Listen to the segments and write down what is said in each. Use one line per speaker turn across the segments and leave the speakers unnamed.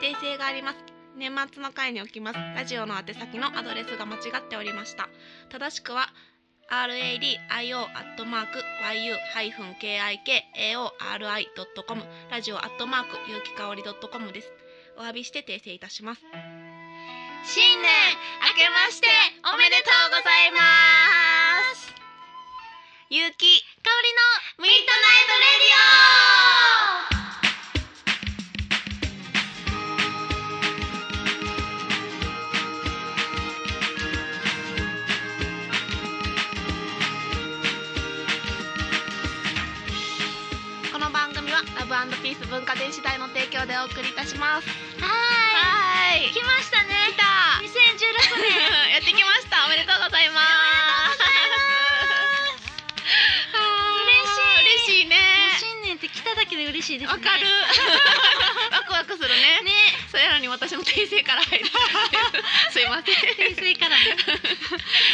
訂正があります年末の回におきますラジオの宛先のアドレスが間違っておりました正しくは radio.yu-kikaori.com ラジオ .yu 有機香り .com ですお詫びして訂正いたします
新年明けましておめでとうございます
ゆうき
香りのミッドナイトレディオ
この番組はラブピース文化電子台の提供でお送りいたします
は
は
ーい来ましたね
来た
2016年
やってきましたおめでとうございま
おめでとうございます
す嬉しい嬉しいね
もう新年って来ただけで嬉しいです
わ
ね
かる ワクワクするね
ね
それなのに私の訂正から入 るすいません
平成から ね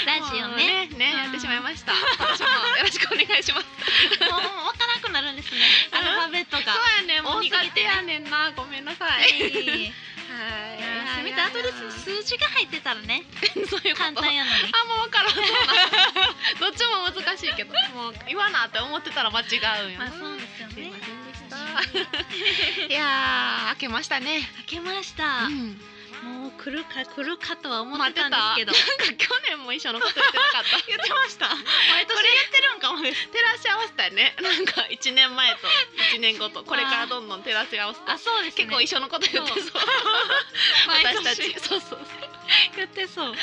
ラジオね
もうねねやってしまいました私もよろしくお願いします
もう分からなくなるんですね
あの
アルファベットが
そうやねんもう
多す
苦
ぎて
手やねんなごめんなさ
はいい
はい
せめて後で数字が入ってたらね
そういうこと
簡単やのに
あもう分からんそうなんどっちも難しいけどもう言わなって思ってたら間違うんやな、
まあそうですよ
すい
ね
ませんでしたいやー開けましたね、
開けました
うん
もう来るか来るかとは思っ
待っててた
たんですけど
なんか去年も一緒のこと言ってなかった
言ってました毎年
これ
やってるんかもです
照らし合わせたよねなんか一年前と一年後とこれからどんどん照らし合わせた
あそうですね
結構一緒のこと言ってそう私た ちそうそう
やってそう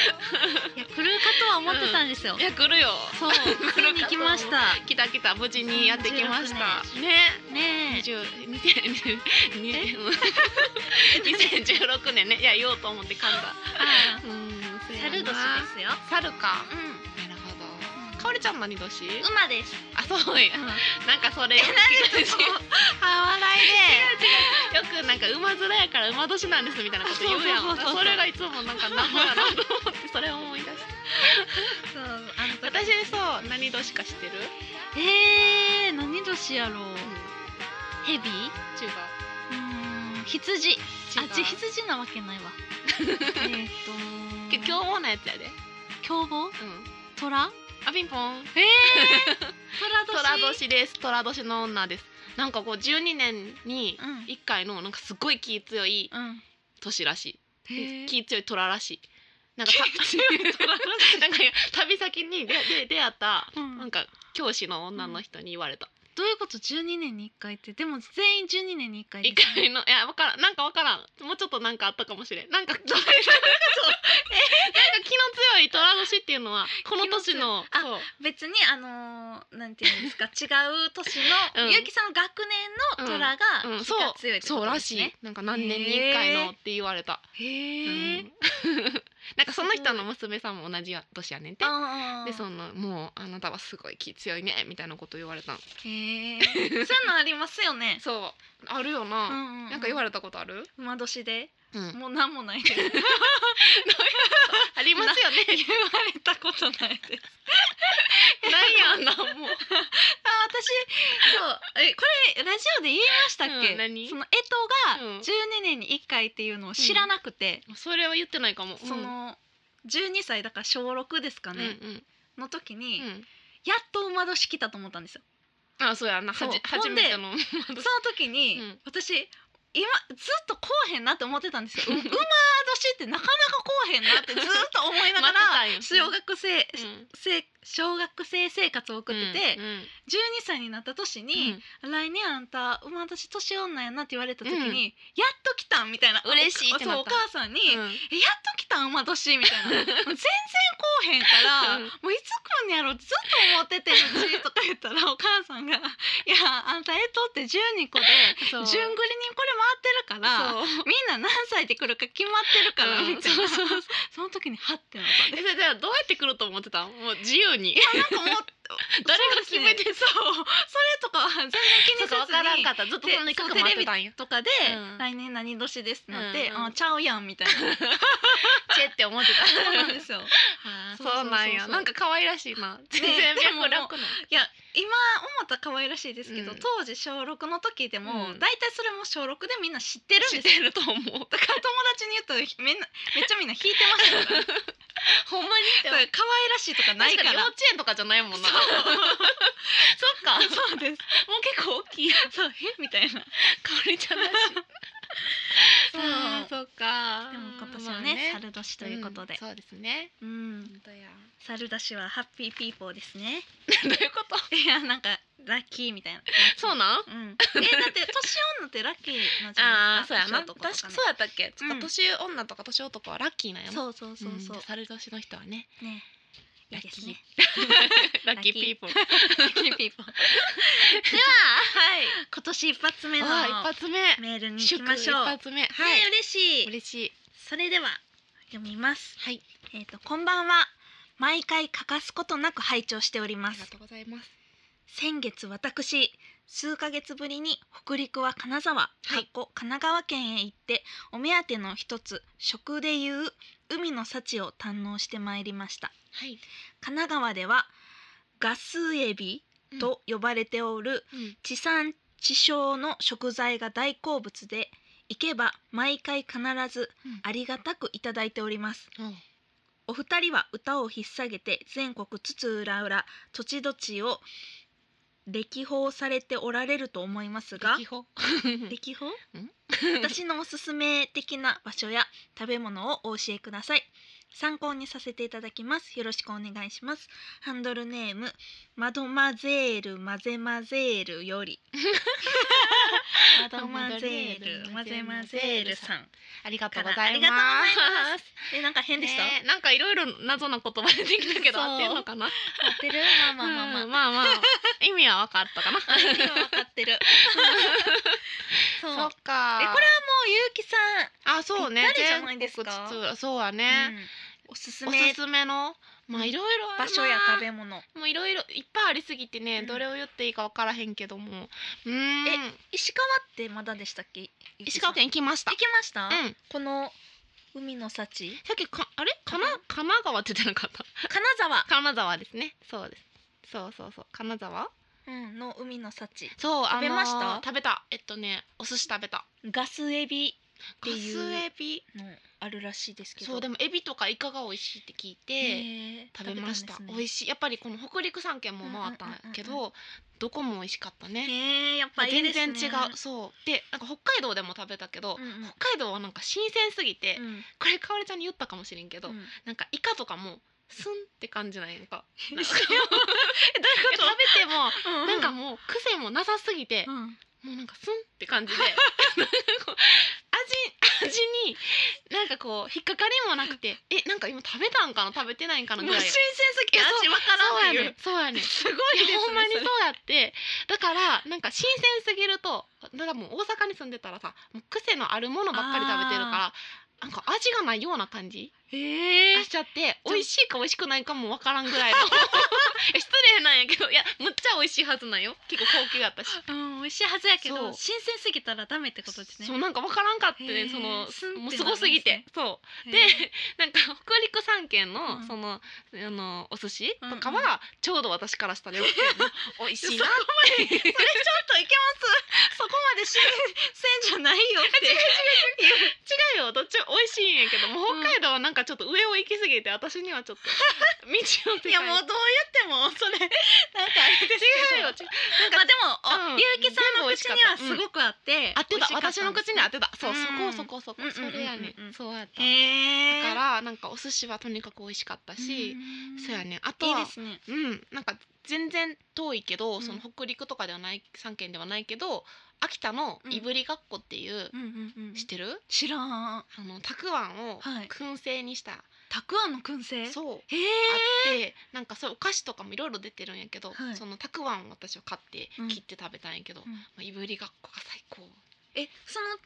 いや来るかとは思ってたんですよ、
いや来るよ
そう
来
来
る
る
か
に
と
来ました
来た来た無事にやってきましたね
ねえ
20 20 20 2016年ねいや言おうと思って噛んだ
あ
うん
あ猿年ですよ
猿か
う
なるほどかおりちゃん何年
ん馬です、
あそうやなんかそれなんで違う
あ笑
違うよくなんか馬面やから馬年なんですみたいなこと言うやん
そうそうそうそう
それがいつもなんか何もやなと思ってそれを思い出した
いでそうあ
私
の
そう何年か知ってる
えー、何年やろうヘ
違う
ビうーん羊あち
違う
羊なわけ ないわえっと
今日もなやつやで
凶暴
うん
虎
あピンポン
えー、
虎
虎
年
年
です虎年の女ですなんかこう12年に
うん
1回のなんかすごい気強い
うん
年らしい、
へー
気強い虎らしいなんかさ なんか旅先にでで出会った
うん
なんか教師の女の人に言われた、
どういうこと12年に1回ってでも全員12年に1回
一
です
回のいやわからんなんかわからんもうちょっとなんかあったかもしれん なんか なんか気の強い虎年っていうのはこの年の
気の
そう
別にあのー、なんていうんで すか違う年の、
うん
ゆうきさんの学年の虎が
うん、
気が強いって
そ
こ
う
と
ら
で
し
す
い
ね、
なんか何年に1回のって言われた、
そうらしいへえ、
うんなんかその人の娘さんも同じ年やねんて
あー
でそのもうあなたはすごい気強いねみたいなこと言われたの
へえそういうのありますよね
そうあるよな、
ん
なんか言わ
れ
れたことある、
馬年で
うん、あ
もう何もな いです言わ
りますよね
れたことないです
ないやんなもう
あ私そうえこれラジオで言いましたっけ、
うん何
その
うん
干支が12年に1回っていうのを知らなくて、
それは言ってないかも
その12歳だから小6ですか
うん
ね、
うん
の時に、
うん
やっと馬年来たと思ったんですよ
うんあそうやなはじ
そう
初めての
その時に、
うん
私今ずっとこうへんなって思ってたんですよう馬年ってなかなかこうへんなってずっと思いながら
待ってたんよ
小学生、
うん
せ小学生生活を送ってて、
うんうん
12歳になった年に、来年あんた馬年年女やなって言われた時に、
うん
やっと来たんみたいな
嬉しいってなった
そうお母さんに、
うん
えやっと来たん馬年みたいなもう全然こうへんから、
うん
もういつ来んやろずっと思っててうちとか言ったらお母さんが「いやあんたえとって12個で
そう
順繰りにこれ回ってるから
そう
みんな何歳で来るか決まってるから」
うん
みたいな、
そうそう
その時にハッてなったん
え
で
それじゃあどうやって来ると思ってたんもう自由に
なんかもう誰が決めてそうそれとかは全然気にせ
そう
ず
か
に
わからんかったずっと
で
その一角
そう
回
テ
っ
レ
て
ビ
たんや
とかで、
うん
来年何年ですってなって、
うんうん
あちゃうやんみたいなチェって思ってたそうなんですよ
あー
そうそうそう
そうなんやなんか可愛らしいな全然
でも
脈絡の
いや今思ったら可愛らしいですけど、
うん
当時小6の時でも、
うん
大体それも小6でみんな知ってるん
知
で
っ
すよ
てると思う
だから友達に言うとみんなめっちゃみんな引いてましたから
ほんまに
そう可愛らしいとかない
確
か
からに幼稚園とかじゃないもんなそっ かもう
そうです
結構大きいや
そうえみたいな
かおりちゃんらしい
そう
あーそっか
でも今年
ま
は
あ
ね猿年ということで
ん、そうですね
うん
本当 や
猿年はハッピーピーポーですね
どういうこと
いやなんかラッキーみたいな
そうなん
うんえだって年女ってラッキーなんじゃない
あ
で
あ
す
そう
か
やな
年
確か
男とかね
そうやったっけ、
うん
年女とか年男はラッキーなんやな
そうそうそうそう、
猿年の人は ね
ねいいですね
ラッキーピーポーでは
ラッキーピ ーポーはい今年一発目の
はいあー一発目
メールに行
祝
きましょう
一発目は
はい
い、、
嬉しい
嬉しい
それでは読みます
はい
えっ、とこんばんは毎回欠かすことなく拝聴しており
あ
ま
りが
す
とうございます
先月私数ヶ月ぶりに北陸は金沢、
い
かっこ神奈川県へ行ってお目当ての一つ食でいう海の幸を堪能してまいりました
はい
神奈川ではガスエビと呼ばれておる
うん
地産地消の食材が大好物で行けば毎回必ず
うん
ありがたくいただいております
うん
お二人は歌を引っ提げて全国津々浦々土地土地を歴訪されておられると思いますが
歴訪
歴訪私のおすすめ的な場所や食べ物をお教えください参考にさせていただきますよろしくお願いしますハンドルネームマドマゼールマゼマゼールよ りマドマゼールマゼマゼールさん
ありがとうご
からあ
ざ
り
い
が
ま
とうございますえなんか変でした、
ねえなんかいろいろ謎な言葉出てきたけど
そう
合ってんのかな
合ってるまあまあまあまあ、
うんまあま あ意味は分かったかな
あ今分かって る。そう。えこ
っか
れはもうゆうきさ
あそうね
ぴったりじゃないですか
全国津々そうや
ん、
ね、
おすす
おす
め
すめのまあいろいろあるな
場所や食べ物。
もういろいろいっぱいありすぎてね、
うん
どれを言っていいか分からへんけどもうーん
石川ってまだでしたっけ？
石川県行きました
行きました。
うん
この海 の幸
さっきかあれかな神奈川って言ってなかった
金沢、
金沢ですねそうですそうそうそう金沢
うん、の海の幸
そう
食べました
あのー食べたえっとねお寿司食べた
ガスエビて
ガ
いう
スエビ
のあるらしいですけど。
そうでもエビとかイカが美味しいって聞いて
へー
食べました
食べん
美味
です
しいやっぱりこの北陸三県も回ったけど、
うんう
どこも美味しかったね
ね。へえやっぱいい
全
ですね。
然違うそうでなんか北海道でも食べたけど、
うんうん
北海道はなんか新鮮すぎて、
うん。
これかおりちゃんに言ったかもしれんけど、
うん
なんかイカとかもスンって感じないのか
え
なんか
どういう
いや食べて も
こと？
なんかもう癖もなさすぎて
う、ん
もうなんかスンって感じで なんかこう味味になんかこう引っかかりもなくて えなんか今食べたんかな食べてないんかなぐ
もう
らい
新鮮すぎて
いや
味わか
そうや
らんってい
ね。
うん
そうやねん
すごい
いや
ですね。
ほんまに
そ
そ
れ
うやってだからなんか新鮮すぎるとだからもう大阪に住んでたらさもう癖のあるものばっかり食べてるからなんか味がないような感じ
へ
がしちゃって美味しいか美味しくないかもわからんぐ らいのえ失礼なんやけどいやむっちゃ美味しいはずなんよ結構高級やったし、
うん、美味しいはずやけ
そ
ど
う
新鮮すぎたらダメってことですね
そうなんかわからんかって
へ
ね
ー
その
スンって
もう
な
す
るん
ご
です
す
ね
ぎてそう
へー
でなんか北陸三県の
うん
その、あのお寿司
うんうん
とかはちょうど私からしたらよ くて美味しいなって
それちょっといけますそこまで新鮮じゃないよ って
違うよどっちも美味しいんやけどもう北海道はなんかちょっと上を行き過ぎて私にはちょっと 道を
いやもうどう言ってもそれなんかあれです
違うよ
けど
違う
まあで
う
も、
ん
おゆうきさんの口にはすごくあって、
合ってた
美味し
私
か
の
んです
口に合ってたそう、
うん
そこそこそこ、
うんうんうんうんうん
それやねそうやった
へえ
だからなんかお寿司はとにかく美味しかったし、そうやねあと
いい
は
ですね
うんなんか全然遠いけど、
うん
その北陸とかではない三県ではないけど秋田のいぶりがっこっていう、
うんうんうん
知ってる
知らん
あのたくあんを
はい
燻製にした、
たくあんの燻製
そう
へえ
あって、なんかそうお菓子とかもいろいろ出てるんやけど、
はい
そのたくあんを私は買って
うん
切って食べたんやけど、
うん
まあいぶりがっこが最高
えその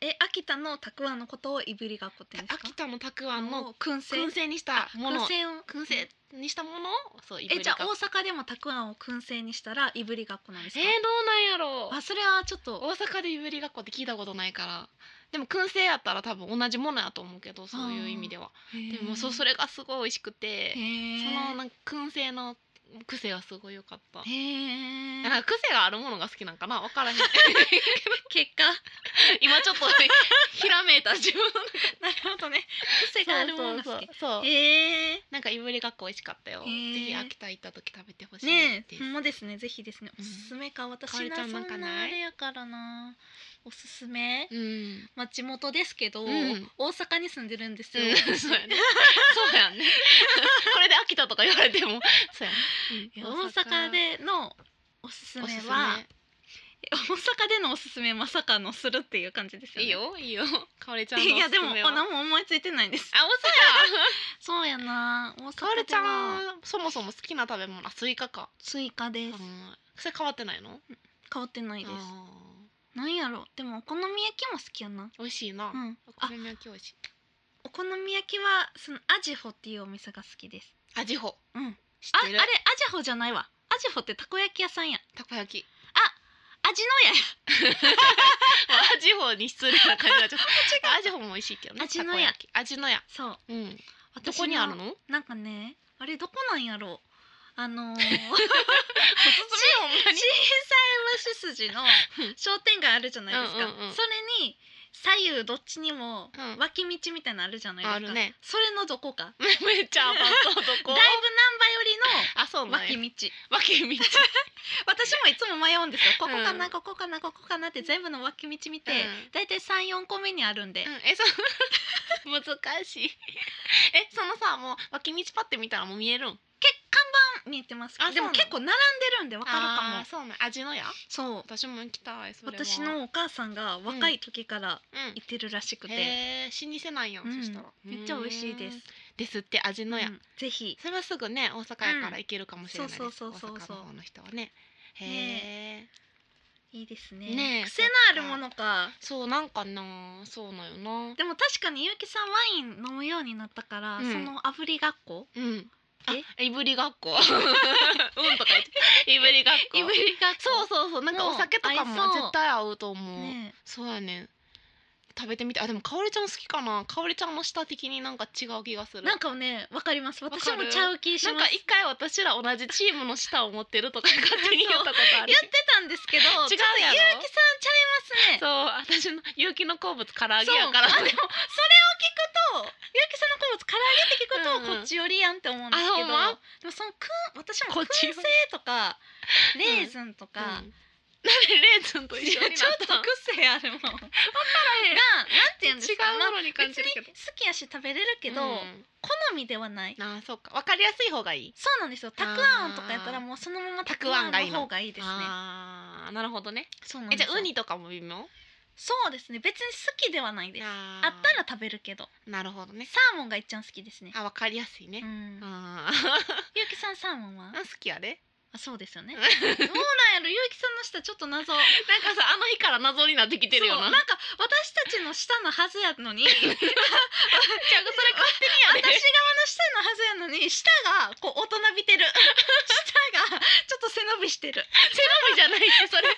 え秋田のたくあんのことをいぶりがっこって言うんですか
秋田のたくあんの
の燻製
燻製にしたもの
燻製を
燻製にしたものをそういぶ
え
り
じゃ
がっ
あ
こ
大阪でもたくあんを燻製にしたらいぶりがっこなんです
え
か、
ー、どうなんやろう
あそれはちょっと
大阪でいぶりがっこって聞いたことないからでも燻製やったら多分同じものやと思うけどそういう意味ではでもそうそ
れ
れがすごい美味しくて
そ
その
の
なんか燻製の癖はすごい良かっただか
へえ
ら癖があるものが好きなんかな分から へん
結果
今ちょっと ひらめいた自分の
なるほどね癖があるもの が
そうそう
好き
そうそう
へえ
なんかいぶりがっこ美味しかったよ
へ
ぜ
ー
ひ秋田行った時食べてほしい
ね
で
え
す
ほんまですねぜひですね
う
お
ん
すすめか
かお
私
りち
な
ゃん
そ
なんか
ん
ない
なあれやからなおすすめ
うん
まあ地元ですけど
うん
大阪に住んでるんです
そう
よ
やねそうやね これで秋田とか言われてもそうやね
大阪でのおすすめはえ大阪でのおすすめまさかのするっていう感じですよね
いいよいいよ かおりちゃんのおすすめ
い
は
やでもあ何も思いついてないです
あ
そうやな大阪
大阪かおりちゃ
では
んそもそも好きな食べ物あスイカか
スイカ
う
で
ん
す
それ変わってないの
変わってないです
あ
なんやろでもお好み焼きも好きやな
ー美味しいな
うん
お好み焼き美味しい
お好み焼きはそのアジホっていうお店が好きです
アジホ
うんあ
知
あ
って
れ
る
アジホじゃないわアジホってたこ焼き屋さんや
たこ焼き
味の屋や
まあアジホに失礼な感じになっちゃったアジホ も美味しいけどね
味の
た
屋
こ焼き味の屋
そう
うんど
私
こにあるのおす
なんかねあれどこなんやろ あのー、震
すめほんまに
災橋筋の商店街あるじゃないですか、
うんうんうん
それに左右どっちにも
うん
脇道みたいなのあるじゃないですか、
あるね
それのどこか
めっちゃアパートど
だ
こ
いぶ
あそう
難波
なんや
寄りの脇道
脇道
私もいつも迷うんですよここかな、
うん
ここかなここかなって全部の脇道見て、
うん
だいたい34個目にあるんで、
うん、えそう 難しいえそのさもう脇道パって見たらもう見えるんわ
け看板見えてます
あ
でも
そうなの
結構並んでるんでわかるかも
そうなん味のや
そう
私も行きたいそれは
私のお母さんが若い時から
うん
行ってるらしくて、
へえ老舗なんや、
うん
そしたら
めっちゃ美味しいです
うんですって味のや、
うんぜひ
それはすぐね大阪やから行けるかもしれないです、
うんそうそうそうそうそう
大阪の方の人はねへえ、
いいですね
ねえ
癖のあるものか
そうなんかなそうなんよな
でも確かにゆうきさんワイン飲むようになったから、
うん
その炙りがっこ
うんあいぶりがっ こうんとか言っていぶりがっこ
いぶりがっこ
そうそうそうなんかお酒とかも
もう合いそう
絶対合うと思う
ね
そうやね食べてみてあでもかおりちゃん好きかなかおりちゃんの舌的になんか違う気がす
え
る
なんかねわかります
かる
私もちゃう気しま
な
す
んか一回私ら同じチームの舌を持ってるとか勝手に言ったことある
言ってたんですけど
違うやろ
ちょっとゆうきさんちゃいますね
そう私の有機の好物唐揚げやから
そうあでもそれを聞くとゆうきさんの好物唐揚げって聞くと
うんうん
こっち寄りやんって思うんですけど、
あほんま
でもそのくん私も
こっ
燻
ち寄
製
り
とかレーズンとか、
うんなんでレーズンと一
いや
緒になっ
ちょったと
ん
癖ある もんがなん
へ
て
ん
言うんです
違
か
うものに
まあ
感じるけど
別に好きやし食べれるけど、
うん
好みではない
あーそうかわかりやすい方がいい
そうなんですよたくあんとかやったらもうそのままたくあんの方がいいですね
あーなるほどね
そうなん
え
です
じ
よ
ゃあウニとかも微妙
そうですね別に好きではないですあ
あー
ったら食べるけど
なるほどね
サーモンが一番好きですね
あわかりやすいね
う、ん
あー
ゆうきさんサーモンは
あ好きやで
あそうですよね
う
ど
ん
うなんやろゆうきさんの舌ちょっと謎
なんかさあの日から謎になってきてるよ
そう
な。
なんか私たちの舌のはずやの に私側の
ちゃうそれ勝手
舌
にやで。
のはずやのに舌がこう大人び てる舌がちょっと背伸びしてる
背伸びじゃないってそれ。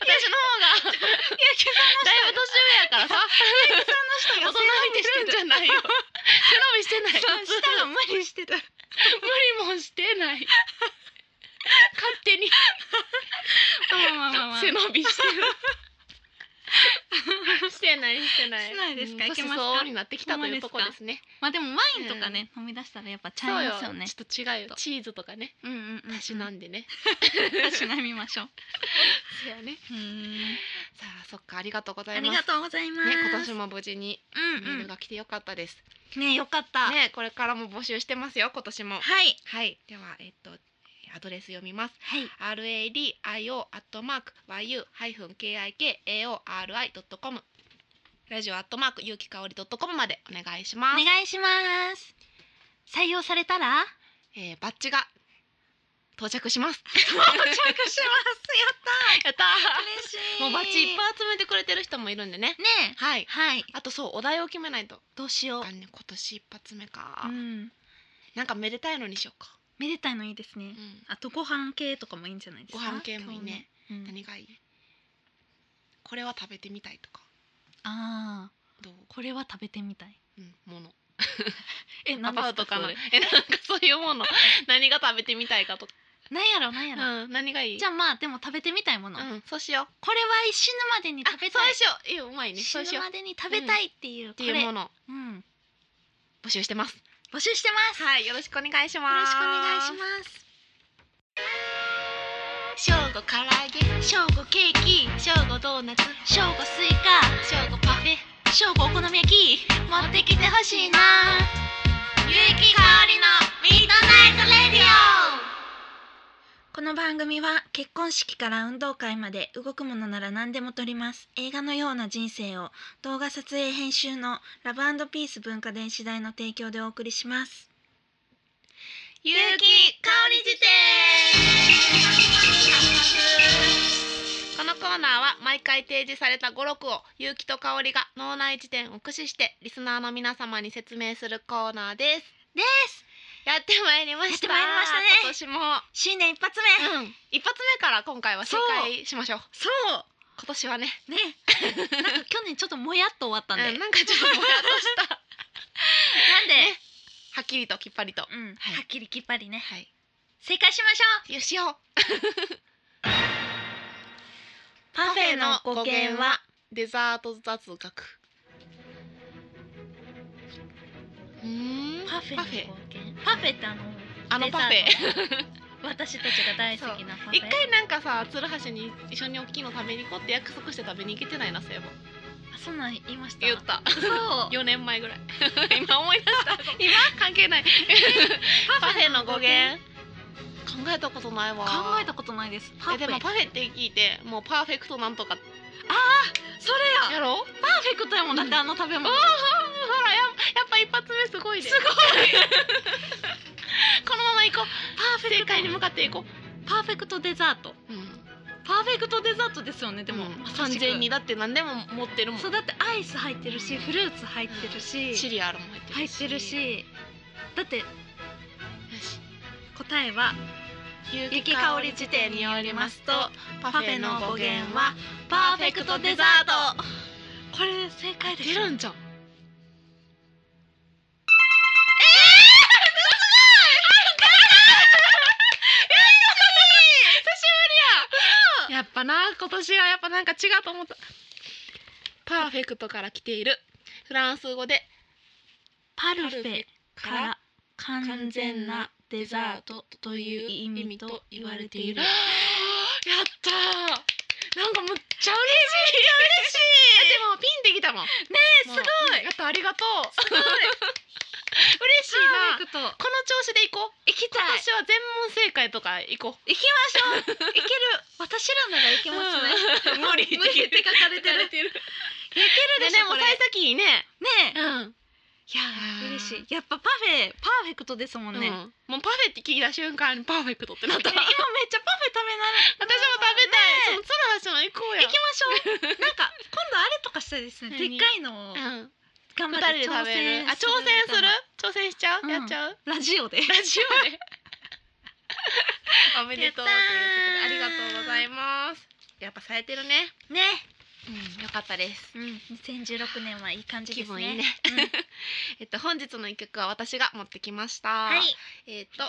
私の方がだいぶ
ゆうきさ
年上やから さ。
ん
大人
の舌が背伸び
びて
して
るん
る
じゃないよ。背伸びしてない。
そう舌が無理して る
無理もしてない。勝手に
ま あ
背伸びしてる。してないしてない。
してないですか
うん
いけま
年
すか
相応になってきたというとこ
ほんま
で
です
ね。
まあでもワインとかね、飲み出したらやっぱち
そ
ゃ
う
い
よ
ますよね
ちょっと違うよ。チーズとかね。
うんうんうん
たしなんでね。
たしなみましょう
そうやね。さあそっかありがとうござ
あ
い
り
ま
が
す。
とうございます、
ね今年も無事にメ
う
ー
んう
ル
ん
が来てよかったです。
ねよかった、
ねこれからも募集してますよ今年も。
はい
はいではえっとアドレス読みます。
はい
r a d i o アットマーク y u ハイフン k i k a o r i ドットコムラジオアットマークゆうきかおりドットコムまでお願いしま
お
す。
願いします採用されたら
えー、バッジが到着し ます。
到着します。
やった
やった。嬉し い。
もうバチいっぱい集めてくれてる人もいるんでね。
ねえ。
はい。
はい。
あとそうお題を決めないと。
どうしよう。
あね今年一発目か、
うん。
なんかめでたいのにしようか。
めでたいのいいですね
う。ん
あとご飯系とかもいいんじゃないですか。
ご飯系もいいね
今日ね。うん
何がいい？これは食べてみたいとか。
ああ、
どう？
これは食べてみたい。
うん、もの。
え、
ア
何で
パ
す
ウトかな。
そ
え
れ、
なんかそういう もの。何が食べてみたいかとか。
なんやろなんやろ。
うん、何がいい？
じゃあまあでも食べてみたいもの。
うん、そうしよう。
これは死ぬまでに
あ
食べた
そう
い
し。よう。いいようまいね。
死
そうし
ぬ
よう。
までに食べたいっていう、
っていうも
こ
の
れ、うん、
募集してます。
募集してます。
はい、よろしくお願いしま
よろし
す。
くお願いします。正午唐揚げ、正午ケーキ、正午ドーナツ、正午スイカ、正午パフェ、正午お好み焼き、持ってきてほしいな。ゆうきかおりのミートナイトレディオ。この番組は結婚式から運動会まで動くものなら何でも撮ります映画のような人生を動画撮影編集のラブピース文化電子代の提供でお送りします
ゆうきかおり辞典このコーナーは毎回提示された語録をゆうきとかおりが脳内辞典を駆使してリスナーの皆様に説明するコーナーです
です
やってまいりました
やってまいりましたね新年一発目、
今年も、うん、一発目から今回は正解しましょう
そう
今年はね
ね なんか去年ちょっともやっと終わったんで、
うんなんかちょっともやっとしたは
で
ねっきりときっぱりと
うんは
はい
っきりきっぱりね
はい
正解しましょう
よしよう
パフェの語源は
デザート雑学うーん
パフェ
パ
の語
フェ
源パフェってあの
あのパフェ
デ ザート私たちが大好きなパフェ
一回なんかさ鶴橋に一緒に大きいの食べに行こうって約束して食べに行けてないなそういえば
あそんなん言いました
言った
そう
4年前ぐらい 今思い出した 今関係ないパフェの語源考えたことないわ
考えたことないですパフ
え
ェ
でもパフェって聞いてもうパーフェクトなんとか
それ
や
や
ろ
パーフェクトやもんだってあの食べ
おーほ
物
らややっぱ一発目すごいね
すごい
このまま行こう
パーフ
正
ェクト
解に向かっていこ
パーフェクトデザート
う、
パーフェクトデザートですよね
で
でも、
も、
まさ
完
しく
全にだって何でも持ってるもん
そうだってアイス入ってるしフルーツ入ってるし、
シリアルも入ってる
入ってるしだって
よし
答えは
雪香り辞典によりますとパフェの語源は
パーフェクトデザートこれ正解で
出
しょ
るんじゃんえー、すごいえー、久しぶりややっぱな今年はやっぱなんか違うと思ったパーフェクトから来ているフランス語で
パル
パ
フ
ルフ
ェ
ェ
か
から
ら完全なデザートという意味と言われている
やったーなんかむっちゃ嬉しい嬉しい でもうピンできたもんね
え
すごいやったありがとう
すごい
嬉しいな
パーフェクト
この調子でいこう
行きたい
今年は全問正解とか行こう
行きましょう行ける私らなら行けますね、
うん無理
無理って書かれて
書か
る
れて る
いけるで
ね
し
で
ょこ
も
れ
幸先いいね
ねえ
ん
いやー嬉しいやっぱパフェパーフェクトですもん
ね、
ね、
もうパフェって聞いた瞬間にパーフェクトってなった
今めっちゃパフェ食べなれ
私も食べたい、
ね
その鶴橋の行こう
え
や
行きまし ょうなんか今度あれとかしたいですねでっ
何
かいのを
うん
頑張
二人
って
で
挑
食べ
戦
るあ挑戦する挑
み
戦しちゃう、
うん
やっちゃう
たいなラジオで
ラジオ でおめでとうって言ってくれてあり
やったー
がとうございますやっぱされてるね
ね
うんよかったです
うん2016年はいい感じで
気
すね
分いいね、 えっと本日の一曲は私が持ってきました、
うんはい
えっと、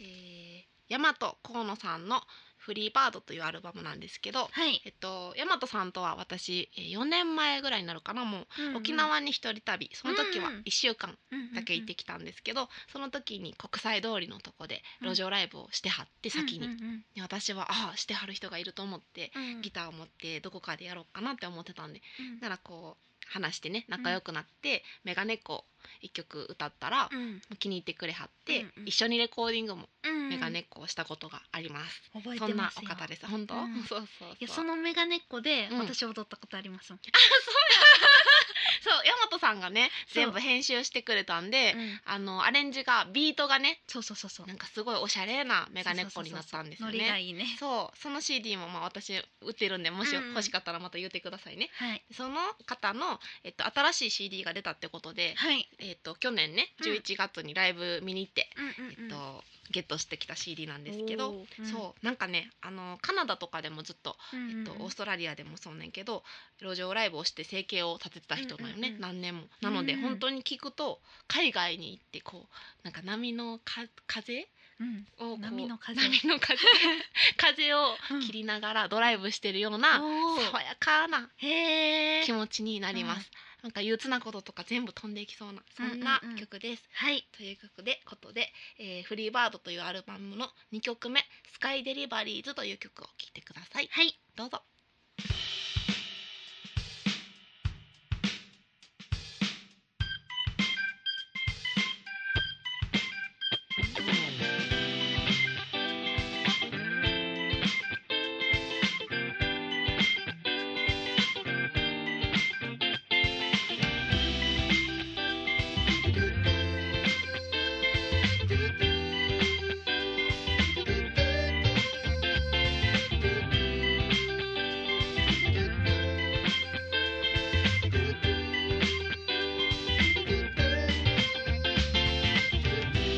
えー、大和河野さんのフリーバードというアルバムなんですけど
はい、
えっと大和さんとは私えー四年前ぐらいになるかなもう、
うんうん
沖縄に一人旅その時は
うん
一週間だけ行っ
き
てきたんですけど、その時に国際通りのとこで路上ライブをしてはって先に、
うんうん
で私はああしてはる人がいると思って
うん
ギターを持ってどこかでやろうかなって思ってたんで
うん
ならこう話してね仲良くなって「メガネっ子」一曲歌ったら、
うん
気に入ってくれはって、
うんうん
一緒にレコーディングも
うん
メガネっ子をしたことがあります。
覚え
そ
て
ん
ま
な
す
お
よ
方です。本当、
う ん
そうそうそう。
いやそのメガネっ子で
うん
私踊ったことありますもん、
あそうや。そう大和さんがね
そう
全部編集してくれたんで、
うん
あのアレンジがビートがね
そうそうそうそう
なんかすごいおしゃれなメガネっ子になったんですよ
ノリが
ね。
いいね
そうその CD もまあ私売ってるんでもし
うんうん
欲しかったらまた言ってくださいね。
はい
その方の、えっと、新しい CD が出たってことで、
はい
えっと、去年ね
うん
11月にライブ見に行って、
うん
えっと、ゲットしてきた CD なんですけど、そうなんかねあのカナダとかでもずっと
うん
えっと、オーストラリアでもそうねんけど路上ライブをして生計を立ててた人なのね、
うんうんうん
何年もなので、
うん
本当に聞くと海外に行ってこうなんか波のか風
うん
をこう
波の風
波の 風風を
うん
切りながらドライブしてるような、
おー
爽やかな
へえ
気持ちになります、なんか憂鬱なこととか全部飛んでいきそうなそんな
うんうんうん
曲です、
はい
という曲でことで、えーフリーバードというアルバムの2曲目「スカイデリバリーズ」という曲を聴いてください
はい
どうぞ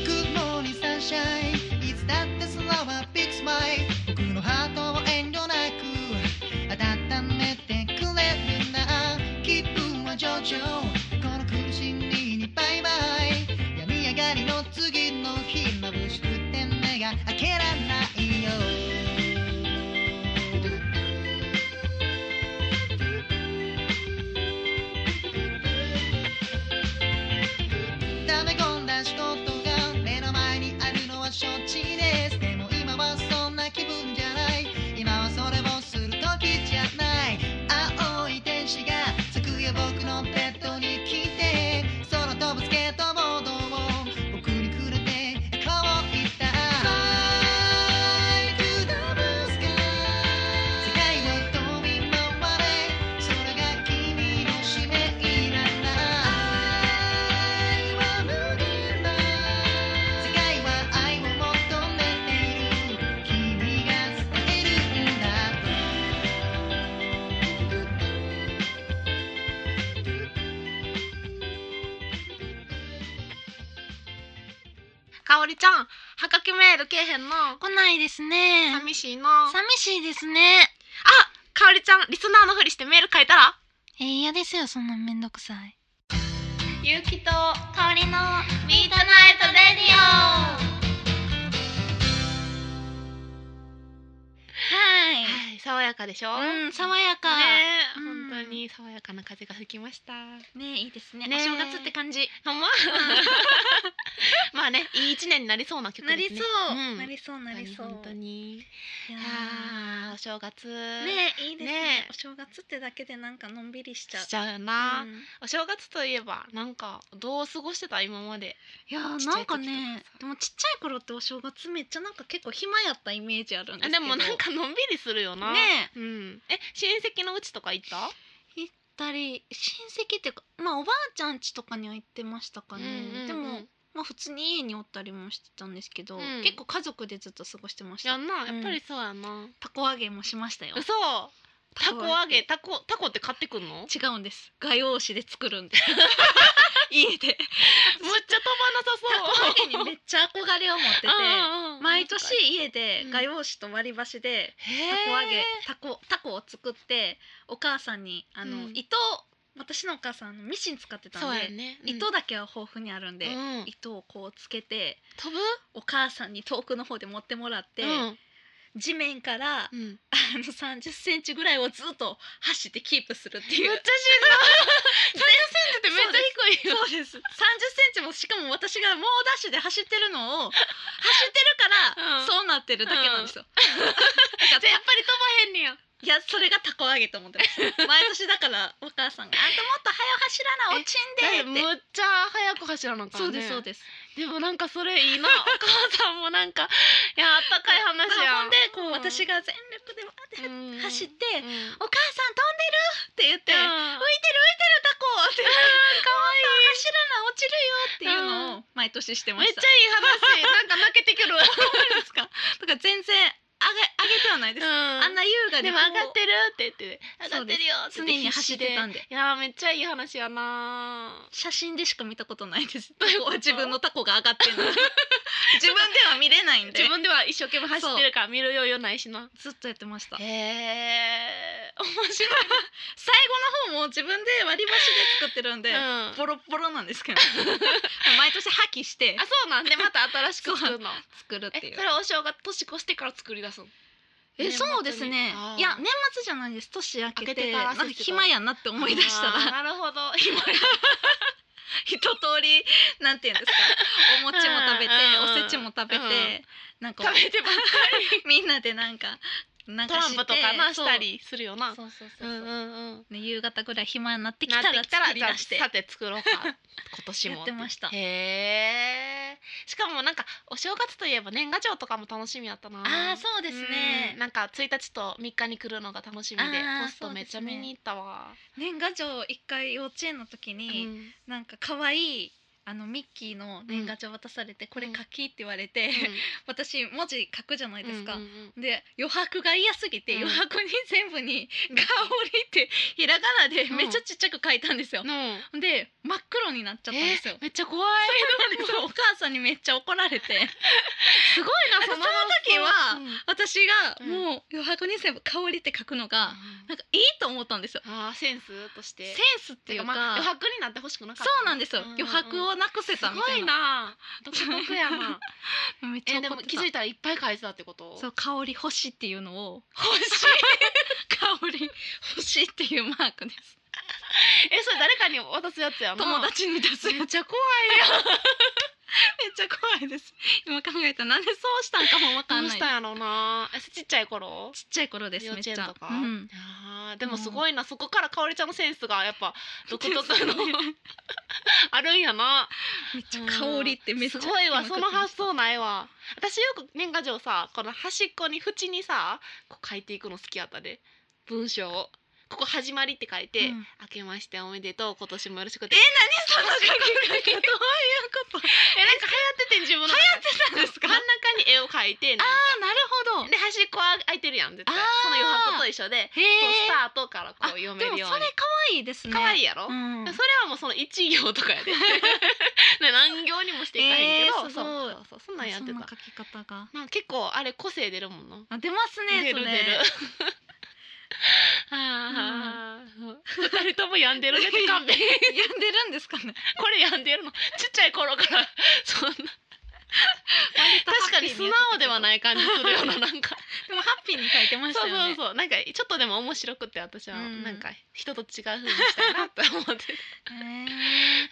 Good morning sunshine いつだって空は big smile 僕のハートを遠慮なく温めてくれるな気分は上々この苦しみにバイバイ病み上がりの次の日眩しくて目が開けられないよ溜め込んだ仕事が目の前にあるのは承知ですでも今はそんな気分じゃない今はそれをする時じゃない青い天使が昨夜僕のベッドに来て空飛ぶスケートボードを僕にくれてこう言った Fly to the blue sky 世界を飛び回れそれが君の使命なんだ愛は無限だ世界は愛を求めている君が伝えるんだ
かおりちゃんはがきメールけえへんの
来ないですね
寂
寂
しいの
しいですね
かおりちゃんリスナーのふりしてメール書いたら
えー嫌ですよそんなめんどくさい
ゆうきと
香り
ミー
の
トナイトレディ
は
はい爽やかでしょ
いうん爽やかね
ねえ、
うん
本当に爽やかな風が吹きました
いいですね
ね
お正月って感じ
ほんま まあねいい一年になりそうな曲ですねん
なりそうなりそう
本当に
い
い
や
やーお正月
ー
ね
ねいいですね
ね
お正月ってだけでなんかのんびりしちゃう
しちゃうな、
うん
お正月といえばなんかどう過ごしてた今まで
いや
ちっ
ー
ちゃい
なんか
時
ね
とかさ
でもちっちゃい頃ってお正月めっちゃなんか結構暇やったイメージあるんです
あ
けど
でもなんかのんびりするよな
ね
うん、え親戚のうちとか行った
え行ったり親戚っていうかまあおばあちゃん家とかには行ってましたかね、でもまあ普通に家におったりもしてたんですけど、
うん
結構家族でずっと過ごしてまし
や
た
んなやっぱりそうやな、
たこ揚げもしましたよ
嘘たこ揚げたこたこって買ってくんのむっち
違うんです画用紙で作 るんです家
ゃ飛ば
で
なさ
たこ
そう
揚げにめっちゃ憧れを持ってて
うんうん
毎年家で
うん
画用紙と割り箸で
へ
た
ー
こ揚げたこたこを作ってお母さんにあの、
うん
糸私のお母さんあのミシン使ってたん
そう
で、
やね
糸だけは豊富にあるんで、
うん
糸をこうつけて
飛ぶ
お母さんに遠くの方で持ってもらって、
うん
地面からあ
うん、めっ
の30センチぐらいをずっと走ってキープするって
ちゃしん
い
どい
う。
30センチってめっちゃ低いよ
そうです 30センチもしかも私が猛ダッシュで走ってるのを走ってるから、
うん
そうなってるだけなんですよ、 だから
やっぱり飛ばへんねや
いやそれがたこ揚げと思ってます毎年だからお母さんが「あんたもっと早う走らな落ち んで」って
むっちゃ早く走らなあかんね
そうですそうです
でもなんかそれいいなお母さんもなんか いやあったかい話や
ほんでこう私
が、
が全力でわーって走って
うん
「お母さん飛んでる!」って言って「浮いてる浮いてる毎年してま
めっちゃい
し
い
た
話なんか泣けてくる
いですかだから全然あげ上げてはないで
う
す、
ん
あんな優雅で
でも上がってるって言って上が
そう
っ
で
て
す
るよって
常に走ってた
ん
んで
いやーめっちゃいい話やな
写真でしか見たことない です
どういうこと
自分のタコが上がってるの 自分では見れないん
ー
で
自分では一生懸命走ってるから見る余裕ないしな
ずっとやってました
へえ面白い
最後の方も自分で割り箸で作ってるんで、
うん
ボロッボロなんですけど 毎年破棄して
あそうなんでまた新しく作るの
作るっ
え
ていう
それはお正月年越してから作り出すの
え
年末に
そうですね
あー
いや年末じゃないです年明けて
明けてから
なんか暇やなって思い出したら
あーなるほど今
一通りなんていうんですかお餅も食べて
うんうんうん
おせちも食べて
うん
なんか
食べてばっかり
みんなでなんかなん
ト
か
ラ
し
ン
て
プとかな
そ
し
う
たりするよな
そうそうそううそ
んう
うん
うん
ね夕方ぐらい暇になってき
な
た
っ
ら
てきたら
作り出して
じゃあさて作ろうか今年も
やってました
へえしかもなんかお正月といえば年賀状とかも楽しみやったな
ああそう
う
ですね
んなんか1日と3日に来るのが楽しみで
あー
ポストめっちゃ見に行ったわ
年賀状一回幼稚園の時
う
に
ん
なんか可愛いあのミッキーの年賀状渡されてこれ書きって言われて私文字書くじゃないですか
うんうんうん
で余白が嫌すぎて
うん
余白に全部に「香り」ってひらがなでめっちゃちっちゃく書いたんですよ。
の
で真っ黒になっちゃったんですよ
えー。めっちゃ怖い
そうお母さんにめっちゃ怒られて
すごいなその
その時は
うん
私が
うん
もう余白に全部「香り」って書くのがなんかいいと思ったんですよ。
あーセンスとし
セ
て
ンスって
て
い
か
う
ま
か
あ余白になってほしくなかった
そうなんですよ
うんうんう
余
ん
白をなくせたみ
す
た
ご
い
い
な
な独特やな
めっち
え
ゃ
ーで
怒っ
も
てた
気づいたらいっぱい書いてたってこと
そう香り星っていうのを
欲しい
香り星っていうマークです
えそれ誰かに渡すやつやな
友達に出す
めっちゃ怖
めっちゃ怖いです今考えたらなんでそうしたんかもわか
いど
ん
う
ない
し
ちった
んやろうなえちっちゃい頃
ちゃい頃です
幼
めっ
稚
ち
園
ゃ
とか、
うん
あーでもすごいなそこからかおりちゃんのセンスがやっぱ独特の
です ね
あるんやな
めっちゃ香りってめっちゃ
すごいわ
今
その
書きま
発
した
想ないわ私よく年賀状さこの端っこに縁にさこう書いていくの好きやったで文章をここ始まりって書いて、
うん
明けましておめでとう今年もよろしくって
え何その書き方どういうこ と
えなんか流行っててん自分の流行って
なんですか
真ん中に絵を描いてなんか
あなるほど
で端っこは空いてるやん絶対
あー
その余白と一緒で、
へ
そうス
え
タートからこう読め
でも
る
それ
よ
可
うに
愛いですね
可愛いやろ、
うん
それはもうその一行とか やでね何行にもしていかへんけど、
えーすごい
そうそうそうそんなんやって
そ
た
んな書き方が
なんか結構あれ個性出るもんな。
あ出ますね
出る
そ
出
れ
る。 ああ、二人とも病んでるねって勘 弁。
病んでるんですかね
これ病んでるの。ちっちゃい頃からそんな 確かに素直ではいない感じするようななん か。
でもハッピーに書いてまし
そ
た
う
よ
そう
ね
そう。なんかちょっとでも面白くて私は
うん
なんか人と違う風にしたいなって思って
へ
た。あ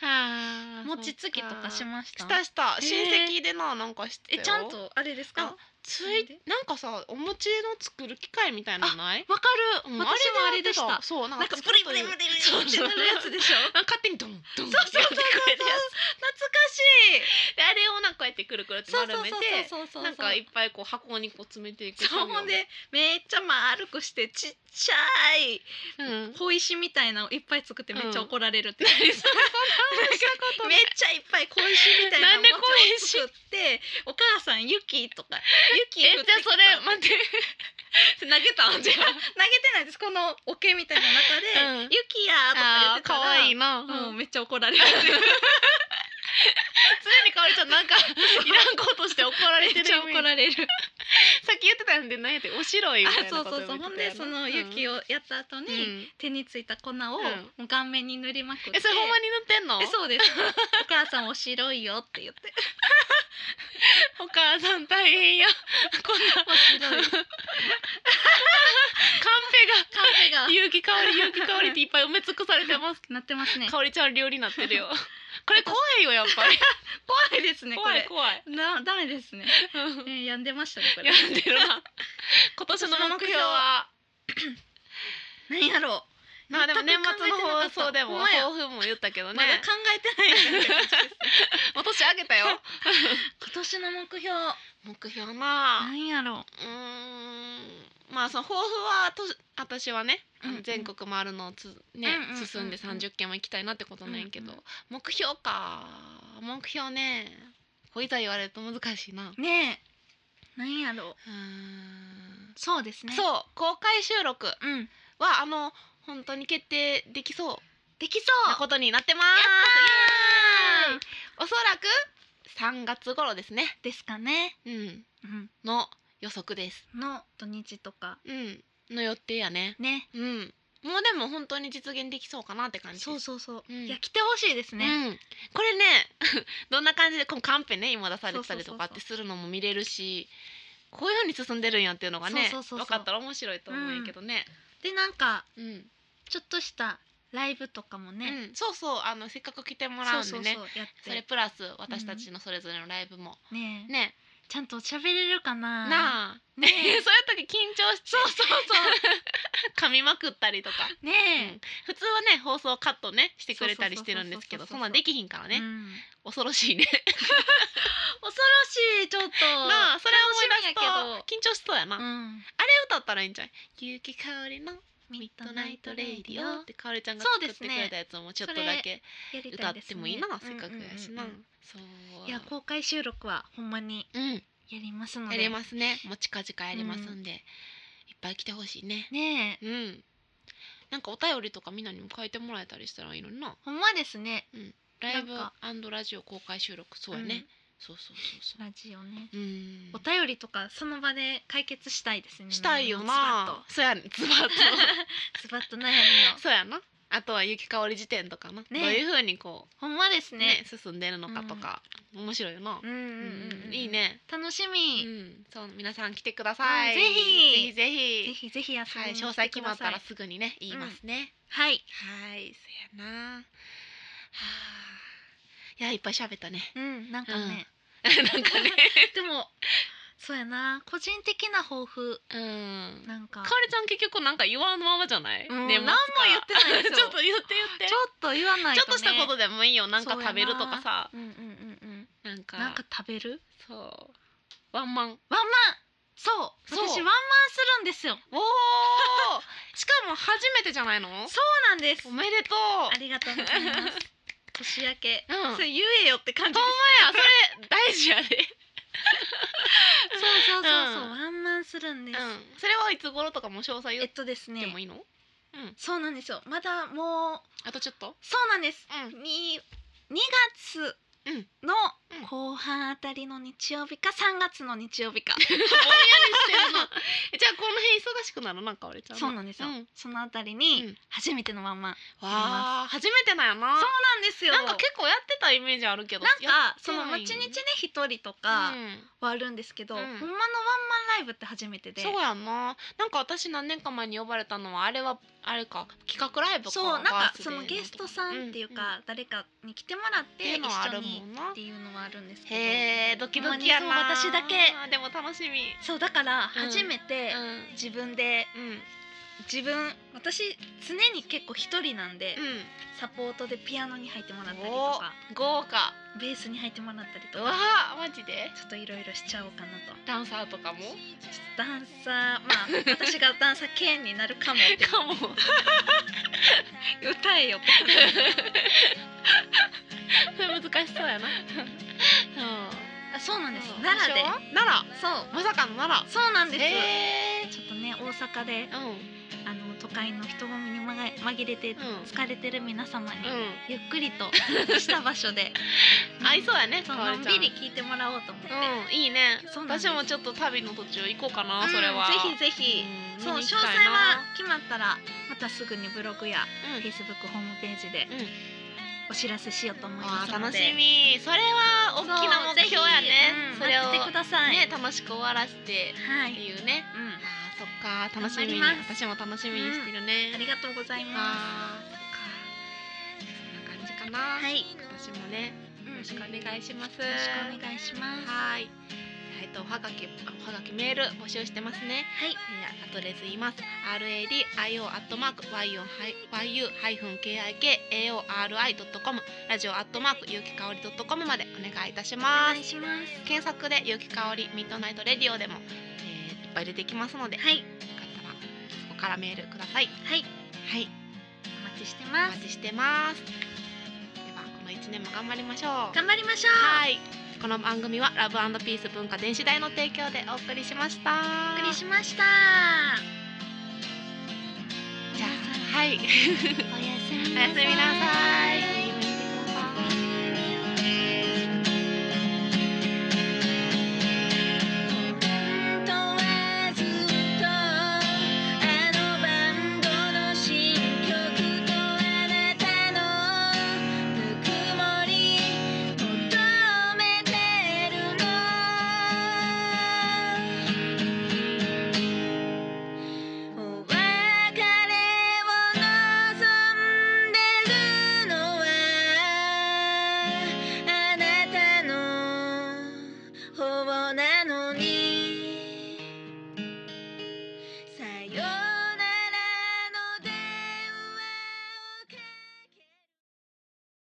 ー
あ
餅つきとかし
ま
ました
したした
ー
親戚でななんかして
えちゃんとあれです
なん
か
かついなんかさお餅の作る機械みたいなのない？
わかる、
うん
私もあれでし
あれ
た
でそうなん
なんかブリブリブリブリってなるやつでしょ
なんか勝手にドンドン
そうそうそうそう
ってくれて
懐
であれをなんかこうやってくるくるって丸
かしい
めて
そうそうそうそうそう
なんかいっぱいこう箱にこう詰めていく
そうほんでめっちゃ丸くしてちっちゃい
うん
小石みたいなのをいっぱい作ってめっちゃ怒られる って、
何それ
なんかめっちゃいっぱい小石みたいな
なんで
餅を
小石
作ってお母さんユキとかユキ
えじゃ
降ってき
あそれ待って
投げ たんじゃ投げてないですこのオケみたいな中で、
うん
ユキや
あ
ーと
可
か
愛い
言ってたら
な
もう
うん
めっちゃ怒ら れるめ
常にかおりちゃんなんかいらんことして怒られて
っ
る
ちゃ怒られ る
さっき言ってたんで何やっておしろいみたい
あ
な
そう
こと
そうそうほんでそのユキ
を
をやった後に、手についた粉をもう顔面に塗りまくって、
えそれほんまに塗ってんの
えそう ですお母さんお白いよって言って
お母さん大変 やこんな
お白い
カン
カンペが
ペが勇気香り勇気香りっていっぱい埋め尽くされてます
なってますね
香りちゃん料理になってる よこれ怖いよやっぱり
怖いですねこ
怖い
れ
怖い
なダメです ね、え
病
ー、病んでましたねこれ
んでるな 今年の目標は
何やろう
まあでも年
全く考え
末の放送
てなかった
でも
ほんまや
抱負も言ったけどね
まだ考えてないですね
もう年あげたよ
今年の目標
目標な
何やろう
うーんまあその抱負はと私はねあの
うんうん
全国回るのをつね
うんうんうんうん
進んで30件も行きたいなってことなんやけど
うんう
目標か目標ねこういざ言われると難しいなう
ねえなんやろう
ーん
そうですね
そう
う
公開収録
うん
はあの本当に決定できそう
できそ
な
う
ことになってます
や
イエーイおそらく3月頃ですね
ですかね
うん
うん
の予測です
の土日とか
うんの予定やね
ね
うんもうでも本当に実現できそうかなって感じです
そうそうそう、
うん
いや来てほしいですね、
うん、これね どんな感じでこのカンペね今出されてたりとかっ
そ
て
うそうそう
するのも見れるしこういうふうに進んでるんやっていうのがね
そうそうそうそ
分
う
かったら面白いと思うんやけどね。
でなんか
うん
ちょっとしたライブとかもね、
うんそうそうあのせっかく来ても
そ
ら
う
うんで
そ
ね
う
そ
そうやって
れプラス私たちのそれぞれのライブも、
ねえ
ね
ちゃんと喋れるかなあ
なあ、
ね
そう いう時緊張してそうそうそう 噛みまくったりとか
ね
うん普通はね放送カットねしてくれたりしてるんですけど
そ
そ
うん
な
そうそうそうそう
んできひんから
え
ね、
うん
恐ろしいね
恐ろしいちょっと
なあそれ思い
楽
出すと緊張しそうやな、あれ
うん
歌ったらいいんじゃん結城かおりのミ
ミ
ッ
ッ
ド
ド
ナ
ナ
イ
イ
ト
ト
レ
レ
イ
イ
デ
デ
ィ
ィ
オ
オ
ってかおりちゃんが
そう
作っ
で
て
す
く
ね
れたやつもちょっとだけ
やり
歌
た
っ
いですね
てもいいな、せっかくやしな、
うんうんうん
そううん
い
い
や公開収録はほんまに
うん
やりますの
や
で
りますねもう近々やりますんで、いっぱい来てほしいね
ねえ
うんなんかお便りとかみんなにも書いてもらえたりしたらいいのにな
ほんまですね
ライブ
なんか
ラジオ公開収録そうやね、そうそうそうそう
ラジオね
うん
お便りとかその場で解決したいですね
したいよなそうやねズバッと
ズバッと ズバッと悩みを
そうやな。あとは雪かおり辞典とかな、
ね
どういうふうにこ
ほんまです
う
ね
ね進んでるのかとか、面白いよな
う。んうんうんうん
いいね。
楽し
う
み、
ん、そう皆さん来てください。
うんぜひ
ぜひぜひ。
ぜひぜひ遊
は
び
い、
に
詳
来
細
て
決
く
まっ
だ
た
さい
らすぐにね言いますね。
はい
はい、そやな。はあ。いやいっぱい喋ったね。
うんなんかね、
なんか ね。
でもそうやな個人的な抱負
うん。
なんか
かおりちゃん結局なんか言わんままじゃない？
うん
年末から
何も言ってないです よ
ちょっと言って言って。
ちょっと言わない
ち
と、
ょ
ね、
っとしたことでもいいよ。なんか
そうやな
食べるとかさ、
うんうんうんうん
なんか。
なんか食べる
そう。ワンマ ン。
ワンマンそう
そう
私ワンマンするんですよ
おお。しかも初めてじゃないの？
そうなんです
おめでと
あ
う。
りがとうございます年明け
うん。ほんま
そ
や、
れ言えよって感じです
それ大事やで。
そうそうそうそう、
うん
ワンマンするんです、
ん。それはいつ頃とかも詳細言
え
っ
っとです
ても
ね
いいの？うん。
そうなんですよまだもう
あとちょっと。
そうなんです
うん。
に2月
うん
の
うん
後半あたりの日曜日か3月の日曜日か
してるな。え じゃあこの辺忙しくなるなんか俺ちゃん。
そうなんですよ、
わ
そのあたり
う
に
ん
初めてのワンマン
あ、初めてなんやな
そう。なんですよ
なんか結構やってたイメージあるけど。
なんかそ
や
の
ってない
町日ね一人とか
うん
はあるんですけど、
うん
ほんまのワンマンライブって初めてで
そうやんななんか私何年か前に呼ばれたのはあれはあれか企画ライブか
そうなん
バ
か
ースデ
そ
ー
のゲストさんっていう
ん
か、
んっ
誰かに来てもらって
てい
一
うのはあ
緒
る
に
もんな
っていうのはあるんですけど
へえドキドキやな
ほんまにそう私だけ
あーでも楽しみ
そうだから初めて
う
自分で
んうん
自分私常に結構一人なんで、サポートでピアノに入ってもらったりと
お
か
豪華
ベースに入ってもらったり
う
と
わ
か
ーマジで
ちょっといろいろしちゃおうかなと
ダンサーとかも
ちょっとダンサーまあ私がダンサー兼になるかもって
かも
歌えよ
難しそうやな
あそうなん
うん
です
そう
奈良で
場所は奈
そう
良まさかの奈
そうなんで
良
す、
へえ
ちょっとね大阪で
うん
あの都会の人混みにまが紛れて
うん
疲れてる皆様に、
う
ゆっくりとした場所で
ん 合いそうやね
そう
かお
の
り
ん
ちゃ
びり聞いてもらおうと思って、
うん、いいね。
そうなん
私
です
もちょっと旅の途中行こうかな、
うん
それは。
ぜひぜひ、
ん
そう詳
見に行き
細
たい
は
な
決まったらまたすぐにブログや
うん
Facebook ホームページで
うん
お知らせしようと思いま
あ
す
ー
の
楽
で、
しみ。それは大きな目標やね。
そ
そう
ぜひ
れを
うん、待っててください、
ね楽しく終わらせてっ
は
て
い、
いうね。あ
う
ーそっか楽しみに。
頑張ります
私も楽しみにしてるね。
ん、ありがとうございま
あーそっかそんな感じかな。
すはい、
私もね
う
よ
ん
ろしくお願いします。
よろしくお願いしますは
はい。えっとおはがきおはがきメール募集してますね。
い
えーアドレス言います。R A D I O アットマーク Y O Y U ハイフン K I K A O R I ドットコムラジオアットマーク有機香りドットコムまでお願いいたし
お
ま
願
す
い。します
検索で有機香りミッドナイトレディオでも、えーいっぱい出てきますので、よ
はい
かったらそこからメールください。
はい
はい、
お待ちして
お
ま
待
す
ちしてます。ではこの一年年も頑張りましょう
頑張りましょう、
はいこの番組はラブピース文化電子代の提供でお送りしました
お送りしました
じゃあはい
おやすみ
おやすみなさい